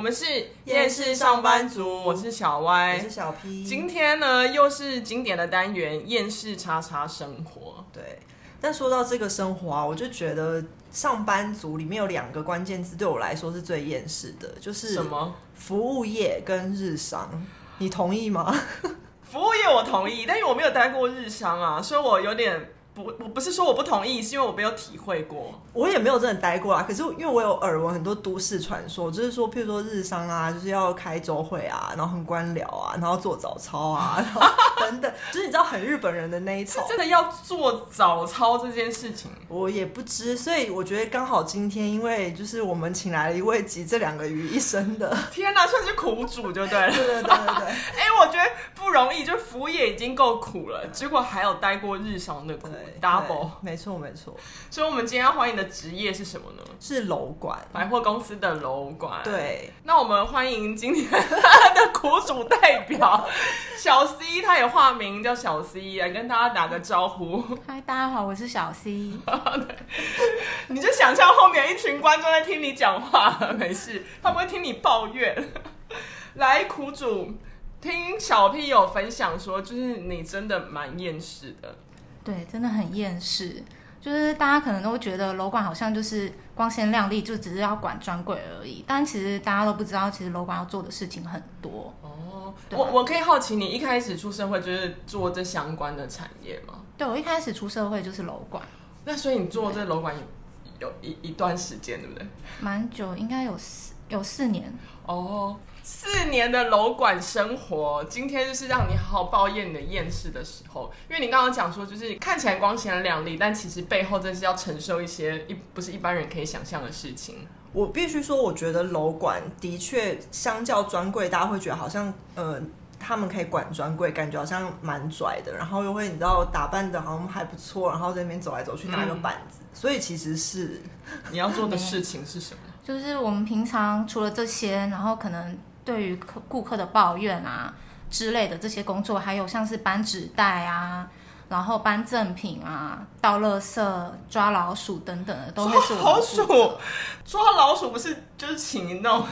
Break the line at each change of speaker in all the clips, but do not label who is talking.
们是
夜市上班族
我是小
我
Y
是。小 P。
今天呢，又是经典的单元“厌世叉叉生活
对，但说到这个生活啊，我就觉得上班族里面有两个关键字对我来说是最厌世的，就”是
什么？
服务业跟日商。你同意吗？
服务业我同意，但是我没有待过日商啊，所以我有点不，我不是说我不同意，是因为我没有体会过。
我也没有真的待过啊啦，可是因为我有耳闻很多都市传说，就是说，譬如说日商啊，就是要开周会啊，然后很官僚啊，然后做早操啊，然 后等等，就是你知道很日本人的那一
是
套。
真的要做早操这件事情，
我也不知，所以我觉得刚好今天，因为就是我们请来了一位集这两个于一身的，
天哪，算是苦主就对了。
对对对对对，
哎、我觉得不容易，就服务业已经够苦了，结果还有待过日商的苦
对
，double。
对没错没错，
所以，我们今天要欢迎的职业是什么呢？
是楼管。
百货公司的楼管。，
对，
那我们欢迎今天的苦主代表 小 C，他也化名叫小 C，来跟大家打个招呼。
嗨，大家好，我是小 C。
你就想象后面一群观众在听你讲话，没事，他们会听你抱怨。 来，苦主，听小 P 有分享说，就是你真的蛮厌世的。
对，真的很厌世，就是大家可能都觉得楼管好像就是光鲜亮丽，就只是要管专柜而已，但其实大家都不知道，其实楼管要做的事情很多。
哦，
对
我我可以好奇，你一开始出社会就是做这相关的产业吗？
对我一开始出社会就是楼管，
那所以你做这楼管有一一段时间，对不对？
蛮久，应该有四有四年。
哦，四年的楼管生活，今天就是让你好好抱怨你的厌世的时候，因为你刚刚讲说，就是看起来光鲜亮丽，但其实背后真是要承受一些一不是一般人可以想象的事情。
我必须说，我觉得楼管的确相较专柜，大家会觉得好像呃，他们可以管专柜，感觉好像蛮拽的，然后又会你知道打扮的好像还不错，然后在那边走来走去拿个板子，所以其实是
你要做的事情是什么？
就是我们平常除了这些，然后可能对于客顾客的抱怨啊之类的这些工作，还有像是搬纸袋啊，然后搬赠品啊、倒垃圾、抓老鼠等等的，都会 是我
老
们负责
鼠，抓老鼠不是就是请那种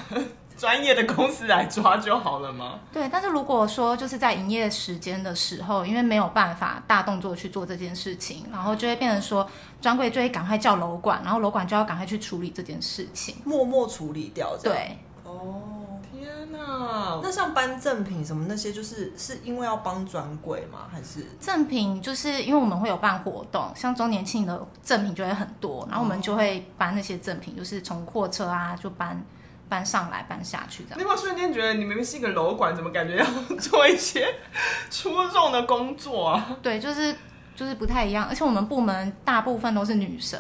专业的公司来抓就好了吗？
对，但是如果说就是在营业时间的时候，因为没有办法大动作去做这件事情，然后就会变成说专柜就会赶快叫楼管，然后楼管就要赶快去处理这件事情。
默默处理掉这样。
对，
哦，
天哪！
那像搬赠品什么那些，就是是因为要帮专柜吗？还是
赠品就是因为我们会有办活动，像周年庆的赠品就会很多，然后我们就会搬那些赠品，就是从货车啊就搬搬上来搬下去这样。
你有没有瞬间觉得你明明是一个楼管，怎么感觉要做一些 出众的工作啊？
对，就是就是不太一样，而且我们部门大部分都是女生，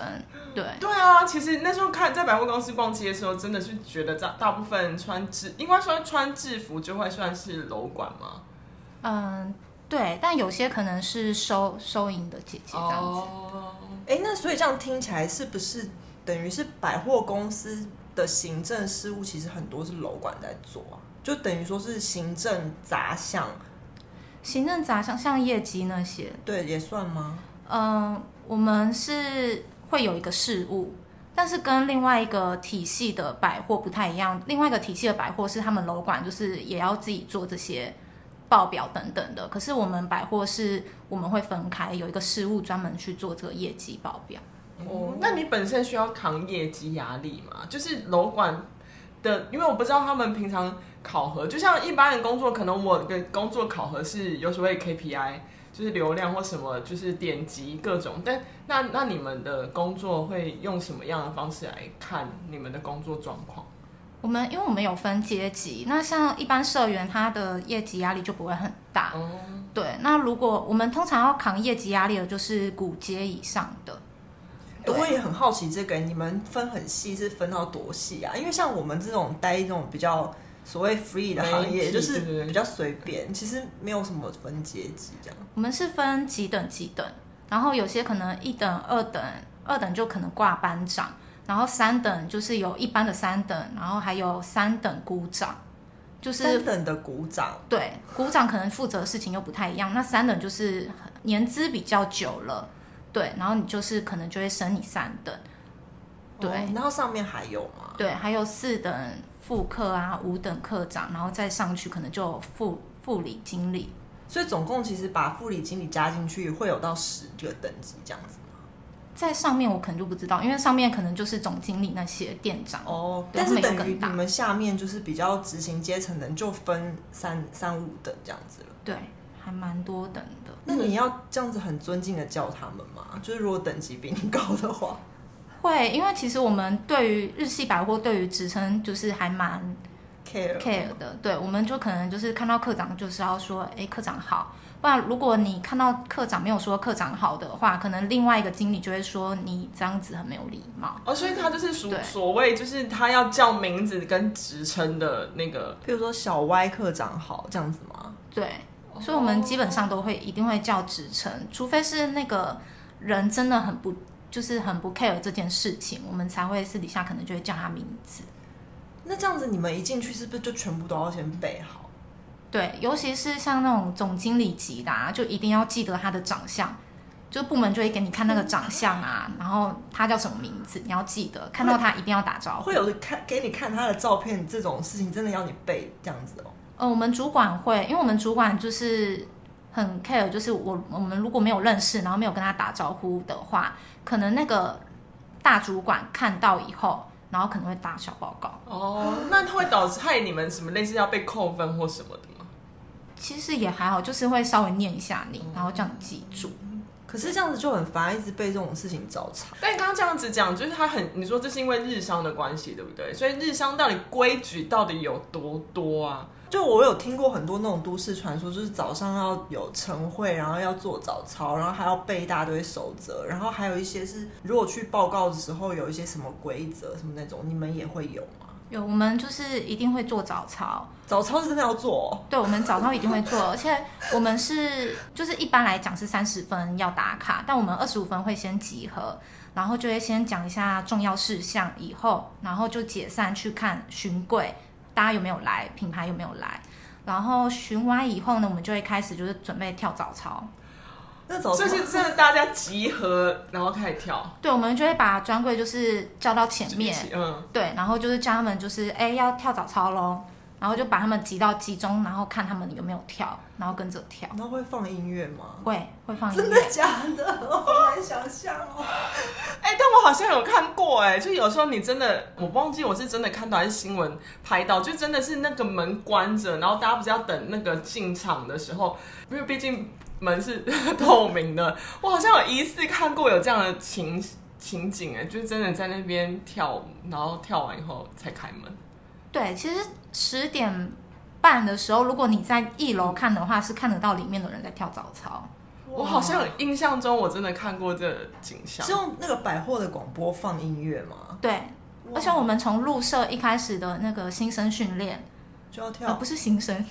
对。
对啊，其实那时候看在百货公司逛街的时候，真的是觉得大大部分穿制，应该说穿制服就会算是楼管嘛。
嗯，对，但有些可能是收收银的姐姐这样子。
哦，
哎，那所以这样听起来是不是等于是百货公司的行政事务其实很多是楼管在做啊？就等于说是行政杂项，
行政杂项像业绩那些，
对，也算吗？
嗯，我们是会有一个事务，但是跟另外一个体系的百货不太一样。另外一个体系的百货是他们楼管，就是也要自己做这些报表等等的。可是我们百货是我们会分开，有一个事务专门去做这个业绩报表。
哦，那你本身需要扛业绩压力吗？就是楼管的，因为我不知道他们平常考核，就像一般的工作，可能我的工作考核是有所谓 KPI，就是流量或什么，就是点击各种。但那那你们的工作会用什么样的方式来看你们的工作状况？
我们因为我们有分阶级，那像一般社员他的业绩压力就不会很大。
哦
对，那如果我们通常要扛业绩压力的，就是股阶以上的。对
我也很好奇这个，你们分很细是分到多细啊？因为像我们这种待这种比较所谓 free 的行
媒
业，
体
就是
对对对
比较随便，其实没有什么分阶级这样。
我们是分几等几等，然后有些可能一等、二等，二等就可能挂班长，然后三等就是有一般的三等，然后还有三等股长，就是
三等的鼓掌，
对股长可能负责的事情又不太一样。那三等就是年资比较久了，对，然后你就是可能就会升你三等，对。
哦然后上面还有吗？
对，还有四等副课啊、五等课长，然后再上去可能就有副副理、经理。
所以总共其实把副理经理加进去，会有到十个等级这样子。
在上面我可能就不知道，因为上面可能就是总经理那些店长。
哦，
对
但是
他们有
等于
更大
你们下面就是比较执行阶层的人，就分三三五等这样子了。
对，还蛮多等的。
那你要这样子很尊敬的叫他们吗？就是如果等级比你高的话，
会，因为其实我们对于日系百货对于职称就是还蛮
care
care 的，对，我们就可能就是看到课长就是要说，哎，课长好。不然如果你看到课长没有说课长好的话，可能另外一个经理就会说你这样子很没有礼貌。
哦，所以他就是所
对
所谓就是他要叫名字跟职称的那个，
譬如说小歪课长好这样子吗？
对，
哦
所以我们基本上都会一定会叫职称，除非是那个人真的很不就是很不 care 这件事情，我们才会私底下可能就会叫他名字。
那这样子你们一进去是不是就全部都要先备好？
对，尤其是像那种总经理级的、啊，就一定要记得他的长相，就部门就会给你看那个长相啊，然后他叫什么名字，你要记得，看到他一定要打招呼
会。有看给你看他的照片这种事情，真的要你背这样子哦。
呃，我们主管会，因为我们主管就是很 care，就是我我们如果没有认识，然后没有跟他打招呼的话，可能那个大主管看到以后，然后可能会打小报告。
哦，那会导致害你们什么类似要被扣分或什么的吗？
其实也还好，就是会稍微念一下你，然后这样记住。
可是这样子就很烦，一直被这种事情找茬。
但刚刚这样子讲，就是他很，你说这是因为日商的关系，对不对？所以日商到底规矩到底有多多啊？
就我有听过很多那种都市传说，就是早上要有晨会，然后要做早操，然后还要背一大堆守则，然后还有一些是如果去报告的时候有一些什么规则什么那种，你们也会有吗？
有，我们就是一定会做早操，
早操是真的要做、哦，
对，我们早操一定会做，而且我们是就是一般来讲是三十分要打卡，但我们二十五分会先集合，然后就会先讲一下重要事项，以后然后就解散去看巡柜，大家有没有来，品牌有没有来，然后巡完以后呢，我们就会开始就是准备跳早操。
那早操
所以是真的大家集合，然后开始跳，
对，我们就会把专柜就是叫到前
就一
面，
起嗯，
对，然后就是叫他们就是哎要跳早操喽，然后就把他们集到集中，然后看他们有没有跳，然后跟着跳。
那会放音乐吗？
会会放音
真
乐
的，假的？我好难 想象哦。
哎、但我好像有看过、哎，就有时候你真的，我忘记我是真的看到还是新闻拍到，就真的是那个门关着，然后大家不是要等那个进场的时候，因为毕竟门是 透明的，我好像有疑似看过有这样的情情景、哎，就是真的在那边跳舞，然后跳完以后才开门。
对，其实十点半的时候，如果你在一楼看的话，是看得到里面的人在跳早操。
我好像有印象中我真的看过这个景象
是，用那个百货的广播放音乐吗？
对，
哦
而且我们从入社一开始的那个新生训练，
就要跳
呃，不是新生，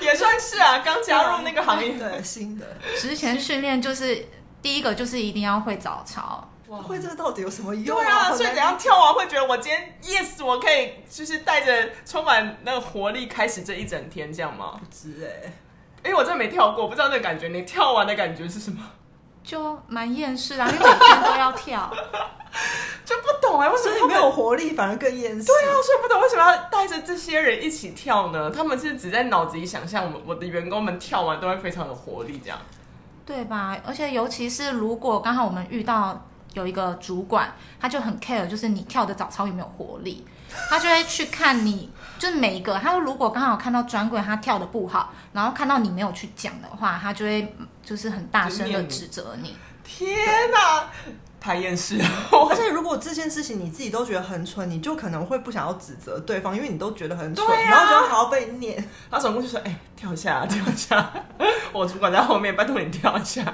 也算是啊，刚加入那个行 业。
对新的。
职前训练就是第一个就是一定要会早操。
哇
会这个到底有什么用、
对啊，
好
所以
难
等一下跳完会觉得我今天 yes，我可以就是带着充满那个活力开始这一整天，这样吗？
知哎、
因为我真的没跳过，我不知道那个感觉。你跳完的感觉是什么？
就蛮厌世的啊，因为每天都要跳。
就不懂哎、为什
所
么
以
他
没
们
有活力，反而更厌世。
对啊，，所以不懂为什么要带着这些人一起跳呢？他们是只在脑子里想象，我们我的员工们跳完都会非常有活力，这样。
对吧？而且尤其是如果刚好我们遇到有一个主管，他就很 care，就是你跳的早操有没有活力，他就会去看你，就是每一个。他如果刚好看到专柜他跳的不好，然后看到你没有去讲的话，他就会就是很大声的指责你。
天哪、排厌世！我
而且如果这件事情你自己都觉得很蠢，你就可能会不想要指责对方，因为你都觉得很蠢，
对啊
然后就要好好被念。
他总共就说：“哎、跳一下，跳一下。” 我主管在后面，拜托你跳一下。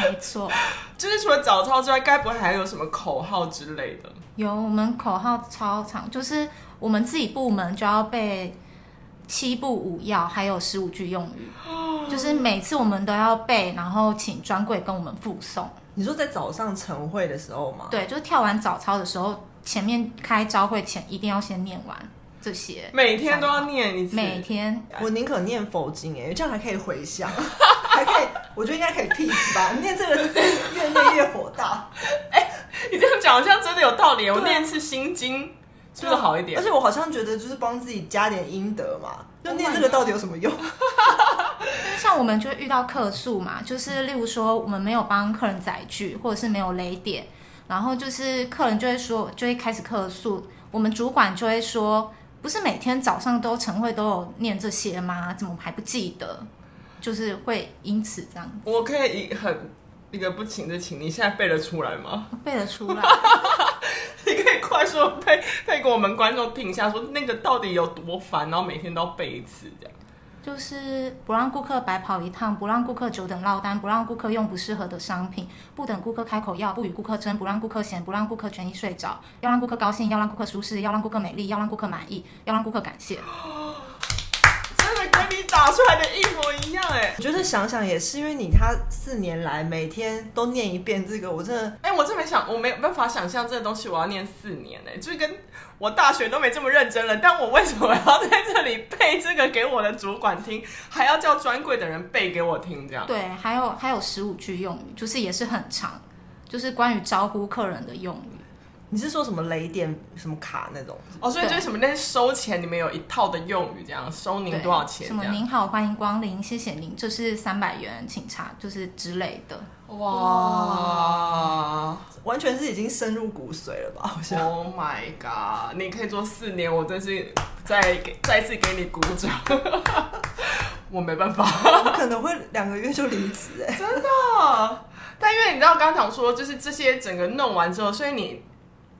没错，
就是除了早操之外，该不会还有什么口号之类的？
有我们口号超长，就是我们自己部门就要背七步五要，还有十五句用语，就是每次我们都要背，然后请专柜跟我们附送。
你说在早上晨会的时候吗？，
对，就是跳完早操的时候，前面开招会前一定要先念完这些，
每天都要念一次，
每天
我宁可念佛经哎、这样还可以回想， 还可以，我觉得应该可以 peace 吧。念这个是越念越火大。
你这样讲好像真的有道理。我
对啊啊
念一次心经，是不是好一点
而？且我好像觉得就是帮自己加点阴德嘛，就
Oh my
念这个到底有什么用？
像我们就会遇到客诉嘛，就是例如说我们没有帮客人载具，或者是没有雷点，然后就是客人就会说，就会开始客诉，我们主管就会说，不是每天早上都晨会都有念这些吗？怎么还不记得？就是会因此这样
我可以一很一个不情的情，你现在背得出来吗？
背得出来。
你可以快速地背背给我们观众听一下，说那个到底有多烦，然后每天都要背一次这样。
就是不让顾客白跑一趟，不让顾客久等落单，不让顾客用不适合的商品，不等顾客开口要，不与顾客争，不让顾客嫌，不让顾客权益睡着，要让顾客高兴，要让顾客舒适，要让顾客美丽，要让顾客满意，要让顾客感谢。
真的跟你打出来的一模一样哎、
我觉得想想也是，因为你他四年来每天都念一遍这个，我真的
哎、我真没想，我没有办法想象这个东西，我要念四年哎、就是跟我大学都没这么认真了。但我为什么要在这里背这个给我的主管听，还要叫专柜的人背给我听这样？
对，还有还有十五句用语，就是也是很长，就是关于招呼客人的用语。
你是说什么雷点什么卡那种？
哦，所以就是什么那些收钱，你们有一套的用语，这样收您
对
多少钱
什
这
么
样？
您好，欢迎光临，谢谢您，这是三百元，请查，就是之类的。
哇
完全是已经深入骨髓了吧？我 想。
！Oh my god！你可以做四年，我真是再给再次给你鼓掌。 我没办法。
我可能会两个月就离职哎。
啊！但因为你知道，刚刚讲说，就是这些整个弄完之后，所以你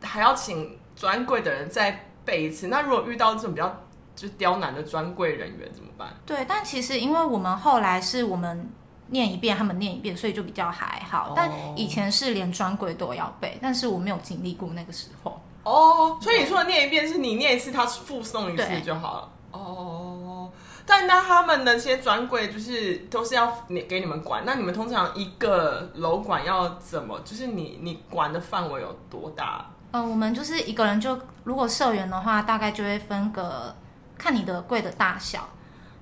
还要请专柜的人再备一次。那如果遇到这种比较就刁难的专柜人员怎么办？
对，但其实因为我们后来是我们念一遍，他们念一遍，所以就比较还好。但
哦
以前是连专柜都要背，但是我没有经历过那个时候。
哦，所以你说的念一遍是你念一次，他附送一次
对
就好了。哦，但那他们那些专柜就是都是要你给你们管，那你们通常一个楼管要怎么？就是你你管的范围有多大？
嗯，我们就是一个人就如果社员的话，大概就会分个看你的柜的大小，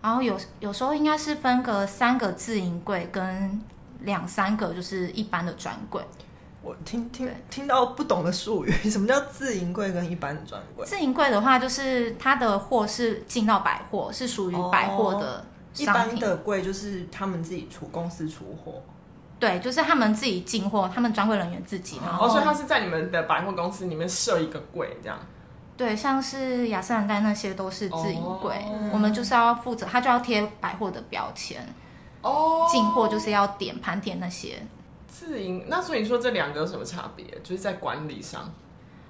然后有有时候应该是分个三个自营柜跟两三个就是一般的专柜。
我听听
对
听到不懂的术语， 什么叫自营柜跟一般的专柜？
自营柜的话，就是它的货是进到百货，是属于百货的
哦一
商
般
品。
的柜就是他们自己出公司出货，
对，就是他们自己进货，他们专柜人员自己，然
哦，
后
所以他是在你们的百货公司里面设一个柜这样。
对，像是雅诗兰黛那些都是自营柜，
哦
我们就是要负责，他就要贴百货的标签，
哦，
进货就是要点盘点那些。
自营，那所以你说这两个有什么差别？就是在管理上，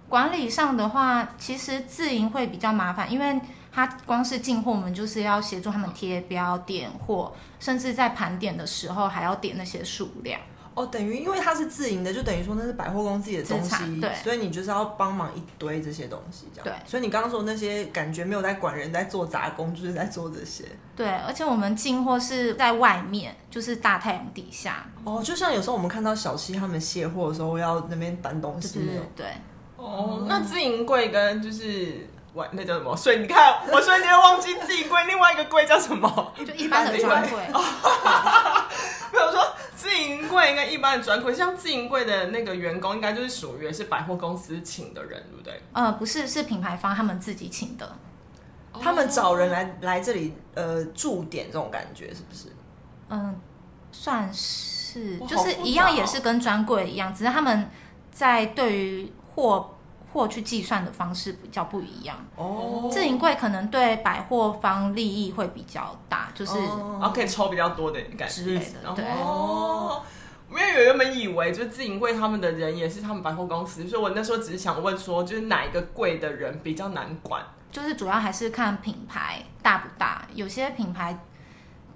管理上的话，其实自营会比较麻烦，因为它光是进货，我们就是要协助他们贴标、点货，甚至在盘点的时候还要点那些数量。
哦，等于因为它是自营的，就等于说那是百货公司自己的东
资
西，
产对
所以你就是要帮忙一堆这些东西，这样。
对
所以你刚刚说那些感觉没有在管人，在做杂工，就是在做这些。
对，而且我们进货是在外面，就是大太阳底下。
哦，就像有时候我们看到小七他们卸货的时候要那边搬东
对
西
对
那
对
种，
对。
哦，那自营柜跟就是外那叫什么？所以你看，我瞬间忘记自营柜，另外一个柜叫什么？
就一般的专柜，
没有说自营柜跟一般的专柜，像自营柜的那个员工，应该就是属于是百货公司请的人，对不对？
呃，不是，是品牌方他们自己请的，
他们找人来来这里呃驻点这种感觉是不是？
嗯，算是
哇
就
好
是
复
一
杂哦
样，也是跟专柜一样，只是他们在对于货货去计算的方式比较不一样。
哦，
自营柜可能对百货方利益会比较大，就是、
哦
然后可以抽比较多的感觉
嗯之类的对
哦。因为我原本以为就是自营柜他们的人也是他们百货公司，所以我那时候只是想问说，就是哪一个柜的人比较难管？
就是主要还是看品牌大不大，有些品牌。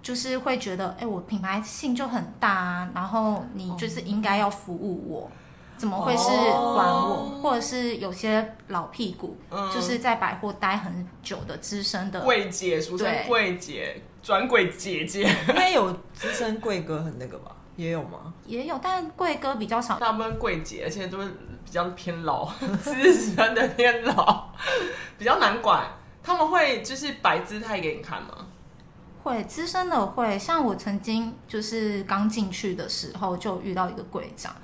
就是会觉得，哎、我品牌性就很大啊，然后你就是应该要服务我，怎么会是管我？
哦哦
或者是有些老屁股，
嗯，
就是在百货待很久的资深的，
柜姐，俗称
对
柜姐、专柜姐姐，
应该有资深贵哥很那个吧？也有吗？
也有，但贵哥比较少。
大部分柜姐，而且都是比较偏老， 资深的偏老，比较难管。他们会就是摆姿态给你看吗？
会资深的会，像我曾经就是刚进去的时候就遇到一个柜长，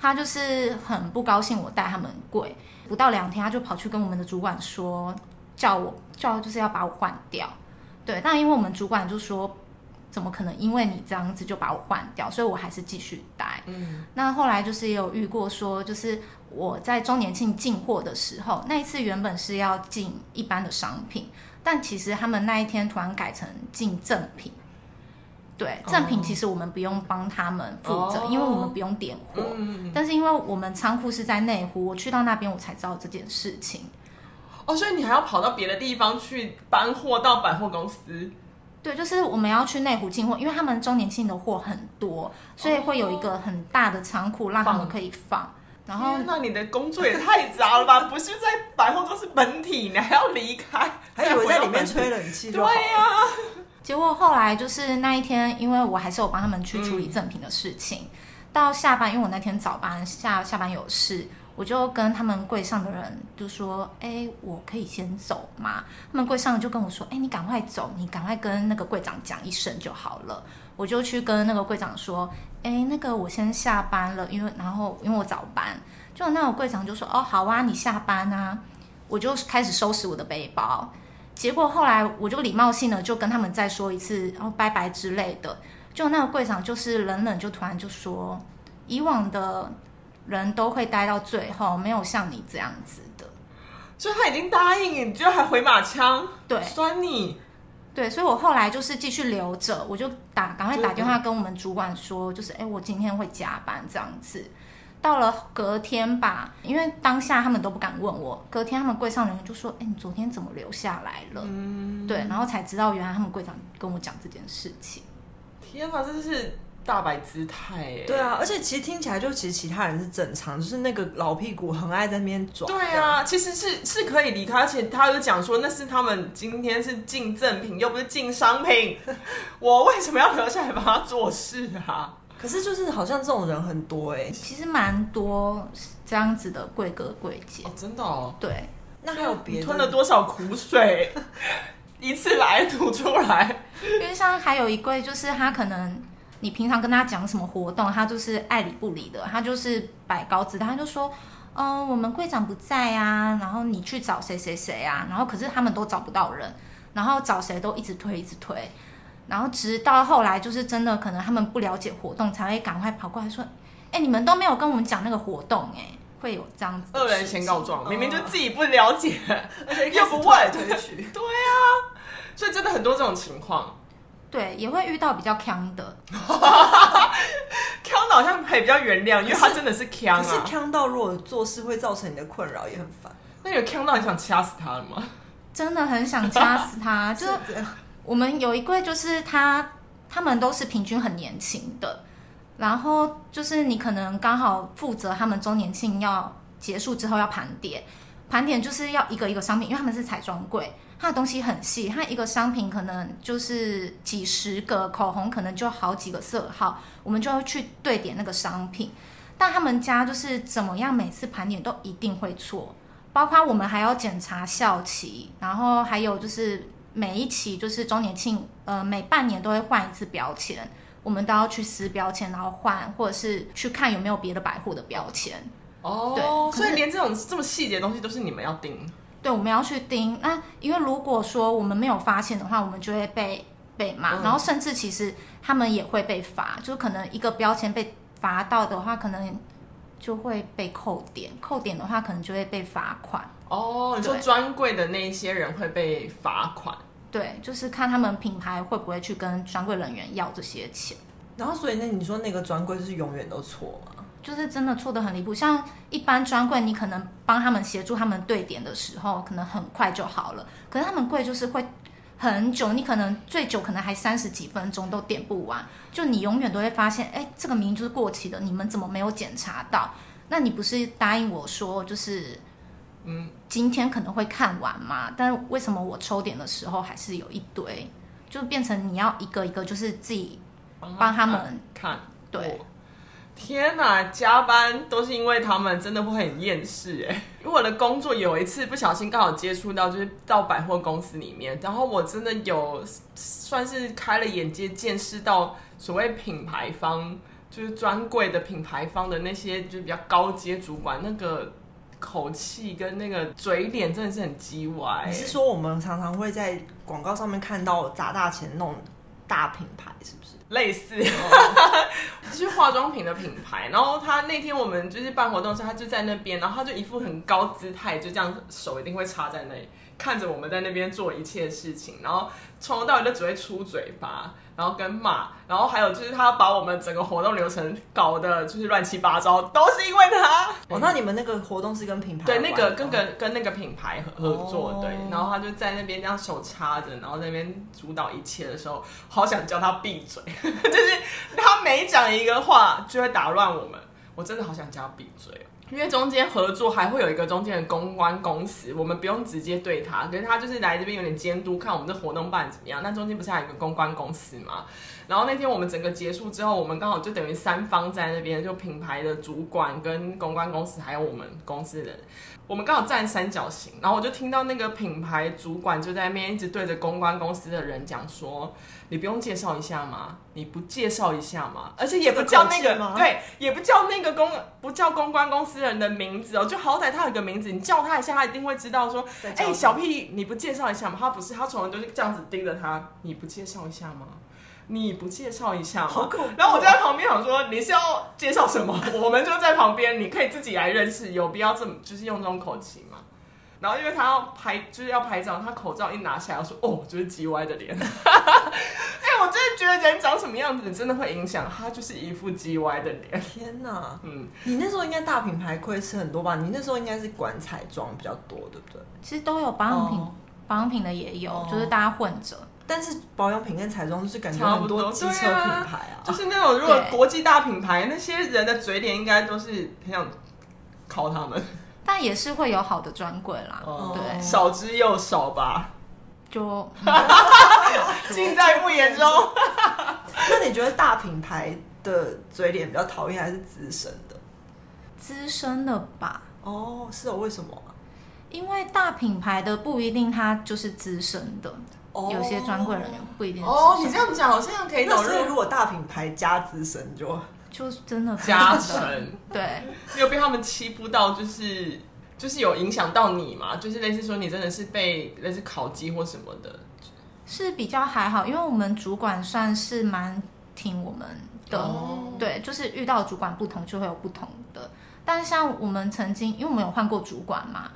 他就是很不高兴我带他们柜，不到两天他就跑去跟我们的主管说，叫我叫就是要把我换掉。对，但因为我们主管就说，怎么可能因为你这样子就把我换掉，所以我还是继续待。
嗯，
那后来就是也有遇过说，就是我在周年庆进货的时候，那一次原本是要进一般的商品，但其实他们那一天突然改成进赠品。对，赠品
哦
其实我们不用帮他们负责，
哦
因为我们不用点货。
嗯，
但是因为我们仓库是在内湖，我去到那边我才知道这件事情。
哦，所以你还要跑到别的地方去搬货到百货公司，
对，就是我们要去内湖进货，因为他们周年庆的货很多，所以会有一个很大的仓库让他们
放
可以放。然后
天哪，你的工作也太杂了吧？不是在百货公司本体，你还要离开，
还以为在里面
再
吹
回到本体。
冷气就好
对
了。
呀、
结果后来就是那一天，因为我还是有帮他们去处理赠品的事情。到下班，因为我那天早班下下班有事，我就跟他们柜上的人就说：“哎，我可以先走吗？”他们柜上的就跟我说：“哎，你赶快走，你赶快跟那个柜长讲一声就好了。”我就去跟那个柜长说：“哎，那个我先下班了，因为然后因为我早班。”就那个柜长就说：“哦，好啊，你下班啊。”我就开始收拾我的背包，结果后来我就礼貌性的就跟他们再说一次，然后拜拜之类的。就那个柜长就是冷冷就突然就说，以往的人都会待到最后，没有像你这样子的。
所以他已经答应你，就还回马枪，
对
酸你，
对，所以我后来就是继续留着，我就打赶快打电话跟我们主管说，就是哎，我今天会加班这样子。到了隔天吧，因为当下他们都不敢问我，隔天他们柜上人就说：“哎，你昨天怎么留下来了？”对，然后才知道原来他们柜长跟我讲这件事情。
天哪，这是大摆姿态耶！
对啊，而且其实听起来就其实其他人是正常，就是那个老屁股很爱在那边转。
对，啊，其实是是可以离开，而且他有讲说那是他们今天是进赠品，又不是进商 品，我为什么要留下来帮他做事啊？
可是就是好像这种人很多哎、
其实蛮多这样子的贵哥贵姐
哦，，真的哦，
对，
那还有别
啊你
的？
吞了多少苦 水，一次来吐出来，
因为像还有一柜，就是他可能你平常跟他讲什么活动，他就是爱理不理的，他就是摆高姿态，他就说，嗯、我们柜长不在啊，然后你去找谁谁谁啊，然后可是他们都找不到人，然后找谁都一直推一直推，然后直到后来就是真的可能他们不了解活动，才会赶快跑过来说，哎、你们都没有跟我们讲那个活动、哎，会有这样子的
恶人
事
先
情
告状，
嗯
明明就自己不了解，
而且一开
又
始
不
推来
问，
推 去。
对啊，所以真的很多这种情况，
对，也会遇到比较强的，
康的好像还比较原谅，因为他真的是康
可是
啊，
呛到，如果做事会造成你的困扰，也很烦。
那有康到你想掐死他了吗？
真的很想掐死他。就是
这样，
我们有一柜，就是他他们都是平均很年轻的，然后就是你可能刚好负责他们周年庆要结束之后要盘点，盘点就是要一个一个商品，因为他们是彩妆柜，它的东西很细，它一个商品可能就是几十个口红，可能就好几个色号，我们就要去对点那个商品。但他们家就是怎么样，每次盘点都一定会错，包括我们还要检查校旗，然后还有就是每一期就是周年庆，呃，每半年都会换一次标签，我们都要去撕标签，然后换，或者是去看有没有别的百货的标签。
哦，
对
所
可
以
是
连这种这么细节的东西都是你们要定。
对，我们要去盯。那因为如果说我们没有发现的话，我们就会被被骂，
嗯
然后甚至其实他们也会被罚，就可能一个标签被罚到的话，可能就会被扣点，扣点的话可能就会被罚款。
哦，你说
对
专柜的那一些人会被罚款，
对，就是看他们品牌会不会去跟专柜人员要这些钱。
然后所以那你说那个专柜就是永远都错嘛？
就是真的错的很离谱。像一般专柜，你可能帮他们协助他们对点的时候，可能很快就好了。可是他们柜就是会很久，你可能最久可能还三十几分钟都点不完，就你永远都会发现，哎、这个名就是过期的，你们怎么没有检查到？那你不是答应我说就是？
嗯，
今天可能会看完嘛，但为什么我抽点的时候还是有一堆，就变成你要一个一个就是自己帮他们
看。
对
我，天哪，加班都是因为他们真的会很厌世 哎。因为我的工作有一次不小心刚好接触到，就是到百货公司里面，然后我真的有算是开了眼界，见识到所谓品牌方就是专柜的品牌方的那些就是比较高阶主管，那个口气跟那个嘴脸真的是很叽歪、
你是说我们常常会在广告上面看到砸大钱弄大品牌，是不是？
类似，哦 就是化妆品的品牌。然后他那天我们就是办活动的时候，他就在那边，然后他就一副很高姿态，就这样手一定会插在那里，看着我们在那边做一切事情，然后从头到尾就只会出嘴巴，然后跟骂，然后还有就是他把我们整个活动流程搞得就是乱七八糟，都是因为他。
哦，那你们那个活动是跟品牌
嗯对，
有
那
关
个
的
跟
吗
个跟那个品牌合合作，
哦
对，然后他就在那边这样手插着，然后在那边主导一切的时候，好想叫他闭嘴， 就是他每讲一个话就会打乱我们，我真的好想叫他闭嘴哦。因为中间合作还会有一个中间的公关公司，我们不用直接对他，可是他就是来这边有点监督，看我们这活动办得怎么样。那中间不是还有一个公关公司吗？然后那天我们整个结束之后，我们刚好就等于三方在那边，就品牌的主管跟公关公司，还有我们公司人，我们刚好站三角形。然后我就听到那个品牌主管就在那边一直对着公关公司的人讲说：“你不用介绍一下吗？你不介绍一下吗？而且也不叫那
这
个
个口气吗
对，也不叫那个公不叫公关公司人的名字哦，就好歹他有个名字，你叫他一下，他一定会知道说
在教
哎、
他
小屁，你不介绍一下吗？他不是，他从来都是这样子盯着他，你不介绍一下吗？你不介绍一下吗？
好恐怖啊
然后我就在旁边想说，你是要介绍什么？ 我们就在旁边，你可以自己来认识，有必要这么就是用这种口气吗？然后因为他要拍，就是要拍照，他口罩一拿下来，我说哦，就是 G Y 的脸。哎、 哎我真的觉得人长什么样子真的会影响，他就是一副 G Y 的 脸。
天哪，
嗯，
你那时候应该大品牌亏吃很多吧？你那时候应该是管彩妆比较多，对不对？
其实都有保养品，
哦
保养品的也有，
哦
就是大家混着。
但是保养品跟彩妆就是感觉
差
很
不多
多机车品
对啊
牌啊，
就是那种如果
对
国际大品牌，那些人的嘴脸应该都是很想考他们，
但也是会有好的专柜啦，
哦
对，
少之又少吧，
就
尽在不言中。
那你觉得大品牌的嘴脸比较讨厌，还是资深的？
资深的吧。
哦，是哦，为什么啊、
因为大品牌的不一定它就是资深的，
哦哎
有些专柜人员不一定是
哦，你
资深
这样讲好像可以
那
走
所以如
哎 入
果大品牌加资深就
就是真的
加
非常的
成，
对，
你有被他们欺负到，就是就是有影响到你嘛？就是类似说你真的是被类似烤鸡或什么的，
是比较还好，因为我们主管算是蛮挺我们的，
哦
对，就是遇到主管不同就会有不同的。但像我们曾经，因为我们有换过主管嘛，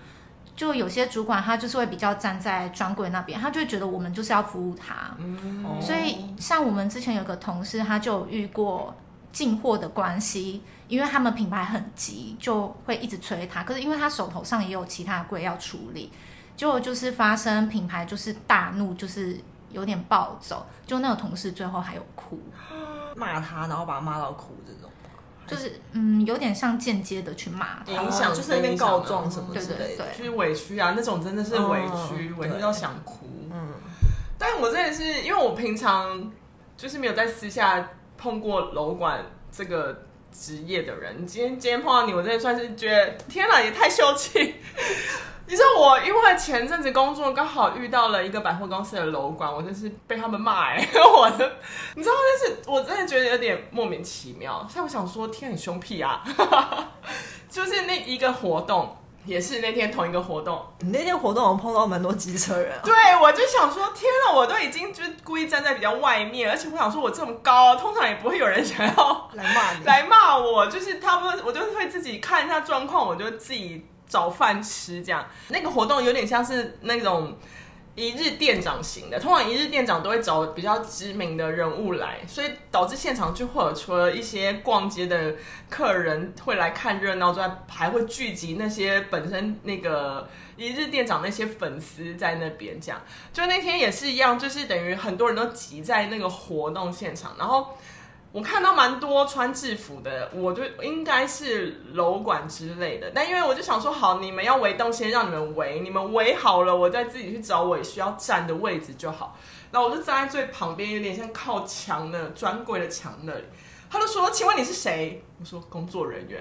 就有些主管他就是会比较站在专柜那边，他就会觉得我们就是要服务他，
嗯，
所以像我们之前有个同事，他就有遇过进货的关系，因为他们品牌很急，就会一直催他。可是因为他手头上也有其他的柜要处理，结果就是发生品牌就是大怒，就是有点暴走，就那个同事最后还有哭，
骂他，然后把他骂到哭这种。
就是嗯，有点像间接的去骂他。
影响
哦就是那边
影响
告
的
状什么
对
之
对
类的。
对
就是委屈啊，那种真的是委屈，
嗯
委屈
对
到想哭。
嗯，
但我真的是因为我平常就是没有在私下碰过楼管这个职业的人，今天今天碰到你，我真的算是觉得天啊哪，也太羞气。 你知道我因为前阵子工作刚好遇到了一个百货公司的楼管，我真是被他们骂哎、 我的，你知道，但是我真的觉得有点莫名其妙。像我想说，天，你凶屁啊！ 就是那一个活动，也是那天同一个活动，
你那天活动我碰到蛮多机 车人啊、
对，我就想说，天啊，我都已经就是故意站在比较外面，而且我想说，我这么高，通常也不会有人想要
来骂你。
来骂我，就是他们，我就会自己看一下状况，我就自己找饭吃这样。那个活动有点像是那种。一日店长型的，通常一日店长都会找比较知名的人物来，所以导致现场就会有除了一些逛街的客人会来看热闹之外，还会聚集那些本身那个一日店长那些粉丝在那边这样。就那天也是一样，就是等于很多人都挤在那个活动现场，然后我看到蛮多穿制服的，我就应该是楼管之类的。但因为我就想说，好，你们要围动，先让你们围，你们围好了，我再自己去找我需要站的位置就好。然后我就站在最旁边，有点像靠墙的专柜的墙那里。他就说：“请问你是谁？”我说：“工作人员。”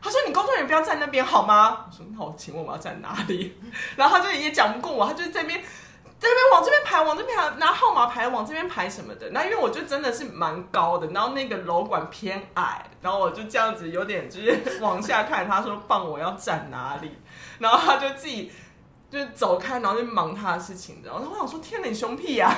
他说：“你工作人员不要站那 边好吗？”我说：“那我请问我要站哪里？”然后他就也讲不过我，他就在那边在在那边往这边排，往这边排，拿号码牌往这边排什么的。那因为我就真的是蛮高的，然后那个楼管偏矮，然后我就这样子有点就是往下看，他说放我要站哪里，然后他就自己。就是走开，然后就忙他的事情，然后我想说，天哪，你凶屁呀、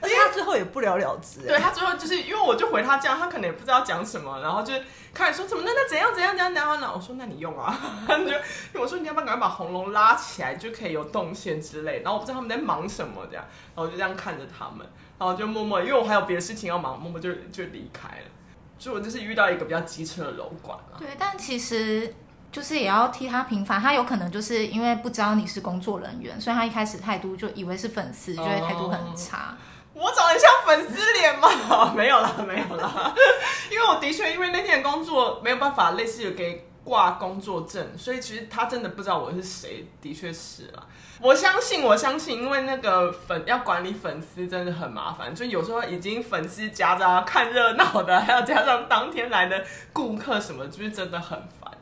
而且他最后也不了了之、欸
对他最后就是因为我就回他这样，他可能也不知道讲什么，然后就开始说怎么那那怎样怎样怎样怎样呢？我说那你用啊， 他就我说你要不要赶快把红龙拉起来，就可以有动线之类。然后我不知道他们在忙什么这样，然后我就这样看着他们，然后就默默因为我还有别的事情要忙，默默就就离开了。就我就是遇到一个比较机车的楼管啊，
对，但其实就是也要替他平反，他有可能就是因为不知道你是工作人员，所以他一开始态度就以为是粉丝，就会态度很差。
我长得像粉丝脸吗？ 没有啦，没有啦， 因为我的确因为那天的工作没有办法类似于给挂工作证，所以其实他真的不知道我是谁，的确是啦、我相信，我相信，因为那个粉要管理粉丝真的很麻烦，就有时候已经粉丝夹杂看热闹的，还要加上当天来的顾客什么，就是真的很烦。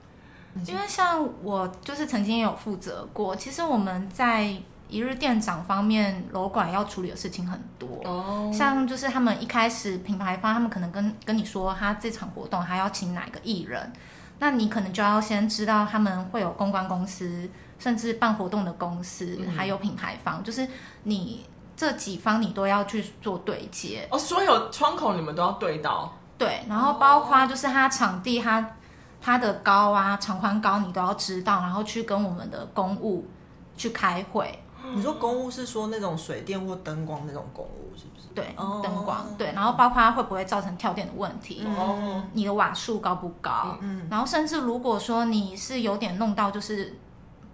嗯
因为像我就是曾经也有负责过，其实我们在一日店长方面，楼管要处理的事情很多。
哦
像就是他们一开始品牌方，他们可能跟跟你说，他这场活动他要请哪个艺人，那你可能就要先知道他们会有公关公司，甚至办活动的公司，
嗯
还有品牌方，就是你这几方你都要去做对接，
哦，所有窗口你们都要对到，
对，然
哦
后包括就是它场地它它的高啊、长宽高你都要知道，然后去跟我们的公务去开会，
你说公务是说那种水电或灯光那种公务是不是？
对，
哦
灯光，对，然后包括它会不会造成跳电的问题，
哦，
你的瓦数高不高？
嗯，
然后甚至如果说你是有点弄到就是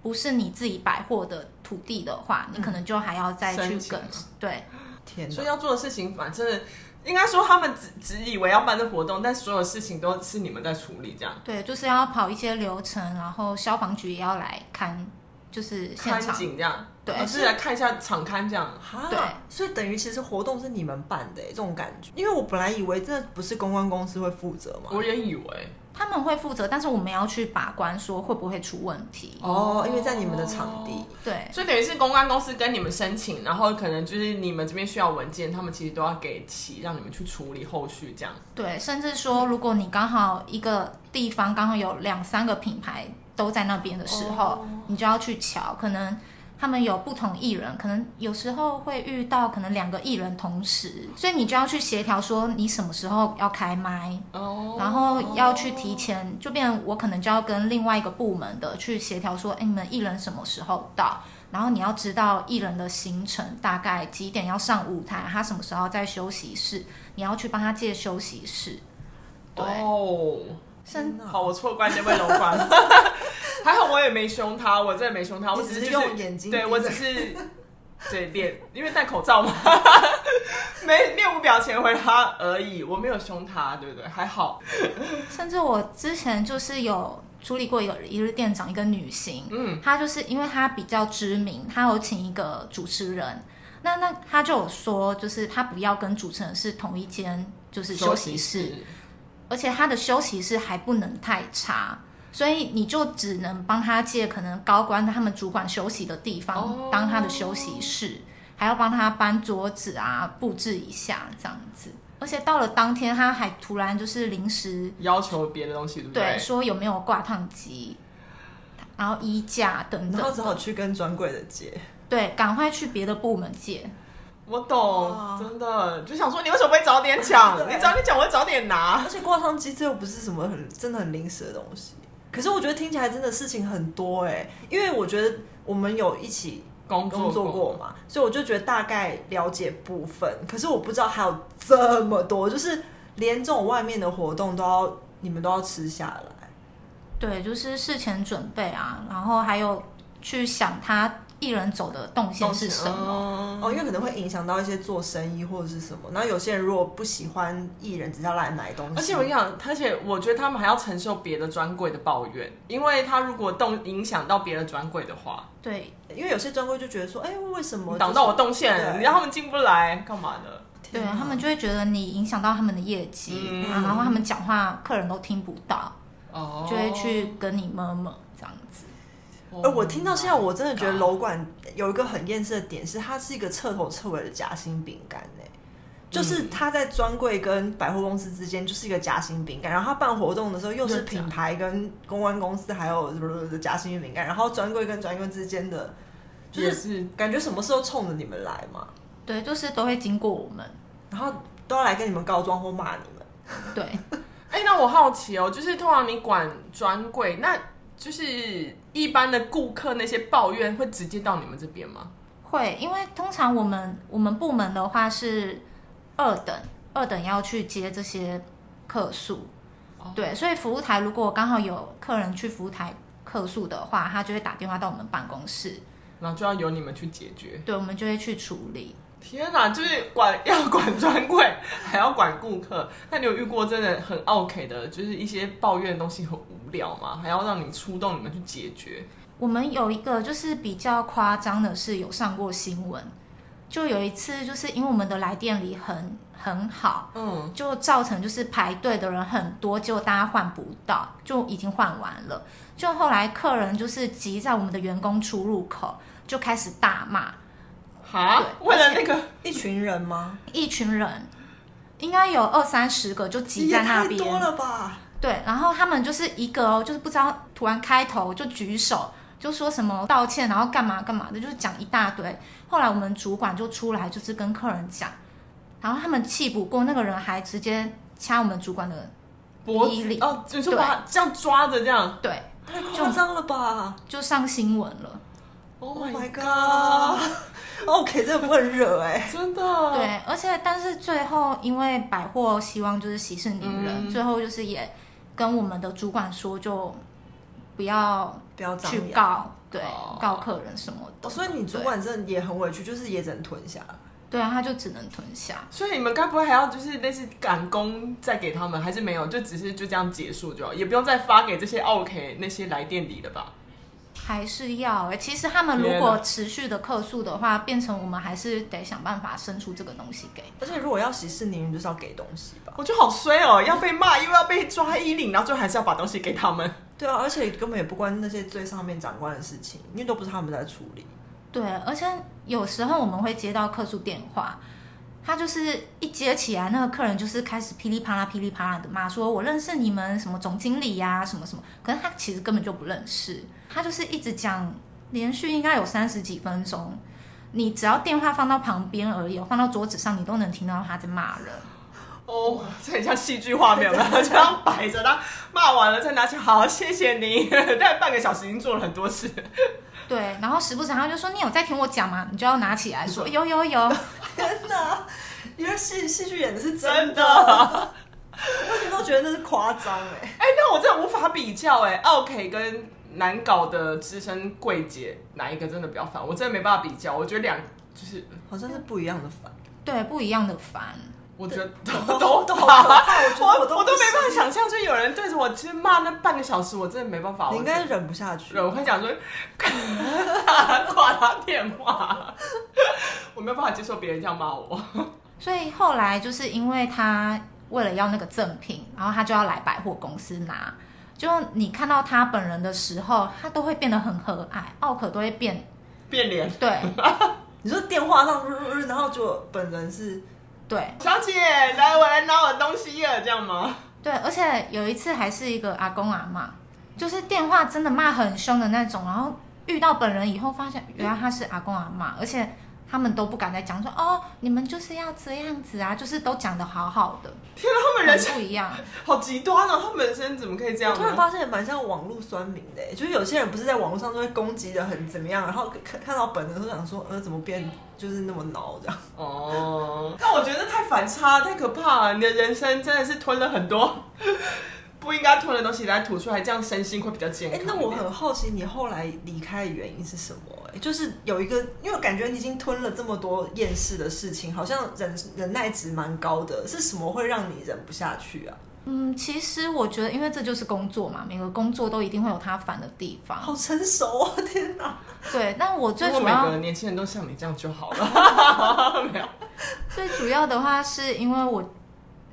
不是你自己百货的土地的话，你可能就还要再去
嗯申请
跟
吗
对
天
嗯所以
哪！
要做的事情，反正应该说他们只只以为要办这活动，但所有事情都是你们在处理这样。
对，就是要跑一些流程，然后消防局也要来看，就是现
看
场
景这样，
对
哦是来看一下场刊这样。
哈
对
所以等于其实活动是你们办的耶这种感觉，因为我本来以为这不是公关公司会负责嘛，
我也以为，
他们会负责，但是我们也要去把关，说会不会出问题。
哦，因为在你们的场地，
对
所以等于是公关公司跟你们申请，然后可能就是你们这边需要文件，他们其实都要给齐，让你们去处理后续这样。
对，甚至说，如果你刚好一个地方刚好有两三个品牌都在那边的时候，
哦
你就要去瞧，可能他们有不同艺人，可能有时候会遇到可能两个艺人同时，所以你就要去协调说你什么时候要开麦，
哦
然后要去提前，就变成我可能就要跟另外一个部门的去协调说，哎，你们艺人什么时候到？然后你要知道艺人的行程，大概几点要上舞台，他什么时候在休息室，你要去帮他借休息室。对，
哦，
甚
哪
好，我错怪那位 楼管，还好我也没凶他，我真的没凶他，我
你只
是
是
就是
用眼睛
对
盯
我
着
只 是对脸，因为戴口罩嘛，没面无表情回他而已，我没有凶他，对不对？还好，
甚至我之前就是有处理过一个一日店长，一个女星，
嗯，
她就是因为她比较知名，她有请一个主持人，那那她就有说，就是她不要跟主持人是同一间就是休息室，而且他的休息室还不能太差，所以你就只能帮他借可能高官他们主管休息的地
哦
方当他的休息室，还要帮他搬桌子啊，布置一下这样子。而且到了当天，他还突然就是临时
要求别的东西，对不
对说有没有挂烫机，然后衣架等
然后只
等，
好去跟专柜的借。
对，赶快去别的部门借。
我
哇
懂，真的就想说你为什么不会早点讲？
对
你早点讲，我会早点拿。
而且挂烫机这又不是什么很真的很临时的东西，可是我觉得听起来真的事情很多哎、因为我觉得我们有一起
工
工
作
作过嘛，所以我就觉得大概了解部分，可是我不知道还有这么多，就是连这种外面的活动都要你们都要吃下来，
对，就是事前准备啊，然后还有去想他艺人走的动线是什么。
么
哦，因为可能会影响到一些做生意或者是什么，然后有些人如果不喜欢艺人，只是要来买东西，
而且我跟你讲，而且我觉得他们还要承受别的专柜的抱怨，因为他如果动影响到别的专柜的话，
对，
因为有些专柜就觉得说，哎、为什么
你挡到我
就是
动线了，
对
你让他们进不来，干嘛的？
对
天
啊
哪
他们就会觉得你影响到他们的业绩，
嗯
啊然后他们讲话客人都听不到，
哦
就会去跟你 m u 这样子。
呃，我听到现在，我真的觉得楼管有一个很厌世的点是，它是一个彻头彻尾的夹心饼干哎，
嗯
就是它在专柜跟百货公司之间就是一个夹心饼干，然后它办活动的时候又是品牌跟公关公司还有什么的夹心饼干，然后专柜跟专柜之间的，就
也
是
是
感觉什么时候冲着你们来嘛，
对，就是都会经过我们。
然后都要来跟你们告状或骂你们。
对，
哎、那我好奇哦，就是通常你管专柜，那就是一般的顾客那些抱怨会直接到你们这边吗？
会，因为通常我们我们部门的话是二等，二等要去接这些客诉
哦。
对，所以服务台如果刚好有客人去服务台客诉的话，他就会打电话到我们办公室，
然后就要由你们去解决。
对，我们就会去处理。
天哪，就是管要管专柜，还要管顾客。那你有遇过真的很 OK 的，就是一些抱怨的东西很无聊吗？还要让你出动你们去解决？
我们有一个就是比较夸张的是有上过新闻，就有一次就是因为我们的来电里很很好，
嗯，
就造成就是排队的人很多，结果大家换不到，就已经换完了。就后来客人就是急在我们的员工出入口就开始大骂，
哈，
对
为了那个
一群人吗？
一群人应该有二三十个就挤
也
在那
太
边，
多了吧？
对，然后他们就是一个哦，就是不知道突然开头就举手，就说什么道歉，然后干嘛干嘛的，就是讲一大堆。后来我们主管就出来，就是跟客人讲，然后他们气不过，那个人还直接掐我们主管的，
脖
毅
子
力
哦，你说把它这样抓着这样
对，
太夸张了吧
就上新闻了。
，Oh
！Oh my
my god，
god！OK，这个不能惹哎、
真的，
对，而且但是最后因为百货希望就是息事宁人，
嗯
最后就是也跟我们的主管说，就不要
不要张
去
扬。
告，对，
哦
告客人什么的。
哦，所以你主管真的也很委屈，就是也只能吞下。
对啊，他就只能吞下。
所以你们该不会还要就是类似赶工再给他们，还是没有？就只是就这样结束就好，也不用再发给这些 OK 那些来店里的吧？
还是要、欸，其实他们如果持续的客诉的话，变成我们还是得想办法生出这个东西给。
而且如果要息事宁人，就是要给东西吧。
我觉得好衰哦，要被骂又要被抓衣领，然后最后还是要把东西给他们。
对啊，而且根本也不关那些最上面长官的事情，因为都不是他们在处理。
对，而且有时候我们会接到客诉电话，他就是一接起来，那个客人就是开始噼里啪啦、噼里啪啦的骂，说我认识你们什么总经理呀、什么什么，可是他其实根本就不认识，他就是一直讲，连续应该有三十几分钟，你只要电话放到旁边而已，放到桌子上，你都能听到他在骂人。
哦，这很像戏剧画面了，这样摆着，他骂完了再拿起来，好，谢谢你。 但半个小时已经做了很多事，哎
对，然后时不时他就说：“你有在听我讲吗？”你就要拿起来说：“有有有。
天哪，因为戏戏剧演的是
真
真
的。
的， 我一直都觉得那是夸张哎。
哎、那我真的无法比较哎、OK 跟难搞的资深柜姐哪一个真的比较烦？我真的没办法比较，我觉得两就是
好像是不一样的烦，”
对，不一样的烦。
我觉得
都
都都
都都
都
好可怕，我觉得
我
我都
我都没办法
法
想象，就有人对着我其实骂那半个小时，我真的没办法。
你应
我
该
真的
忍不下去。
忍，我会讲说 挂他电话，我没有办法接受别人这样骂我。
所以后来就是因为他为了要那个赠品，然后他就要来百货公司拿。就你看到他本人的时候，他都会变得很和蔼，奥可都会变
变脸，
对
你说电话上，然后就本人是
对
小姐，来，我来拿我的东西了，这样吗？
对，而且有一次还是一个阿公阿妈，就是电话真的骂很凶的那种，然后遇到本人以后发现原来他是阿公阿妈，而且他们都不敢再讲说哦，你们就是要这样子啊，就是都讲的好好的。
天哪，他们人生
很不一样，
好极端哦，他们人生怎么可以这样
我突然
呢？
发现蛮像网络酸民的欸，就是有些人不是在网络上都会攻击的很怎么样，然后看看到本人都想说，呃，怎么变就是那么孬这样？
哦，但我觉得太反差，太可怕了。你的人生真的是吞了很多不应该吞的东西来吐出来，这样身心会比较健
哎、
康一点。
那我很好奇你后来离开的原因是什么？哎，就是有一个，因为我感觉你已经吞了这么多厌世的事情，好像忍忍耐值蛮高的，是什么会让你忍不下去啊？
嗯，其实我觉得，因为这就是工作嘛，每个工作都一定会有他烦的地方。
好成熟哦， 天哪！
对，但我最
如果
主
每
要
个年轻人都像你这样就好了。
最主要的话，是因为我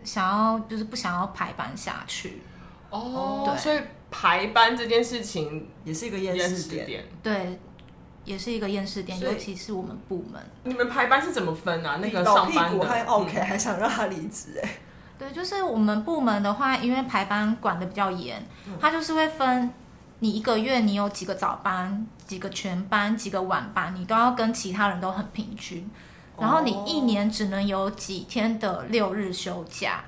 想要就是不想要排班下去。
哦
对
所以排班这件事情
也是一个厌
也
世
是
点。
点。
对，也是一个厌世点，
所以
尤其是我们部门。
你们排班是怎么分啊？那个
老
上
屁
班
股
的
和 OK
嗯
还想让他离职哎，
对，就是我们部门的话，因为排班管的比较严，
嗯
它就是会分你一个月你有几个早班、几个全班、几个晚班，你都要跟其他人都很平均。然后你
哦
一年只能有几天的六日休假，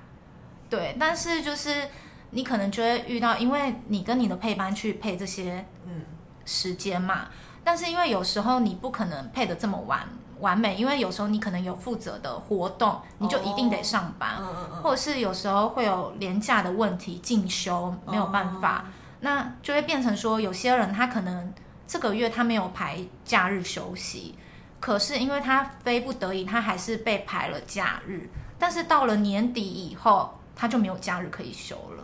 对。但是就是你可能就会遇到，因为你跟你的配班去配这些
嗯
时间嘛。但是因为有时候你不可能配的这么完完美，因为有时候你可能有负责的活动，你就一定得上班。
嗯嗯嗯，
或者是有时候会有廉价的问题进修没有办法，
哦
那就会变成说有些人他可能这个月他没有排假日休息，可是因为他非不得已，他还是被排了假日，但是到了年底以后，他就没有假日可以休了，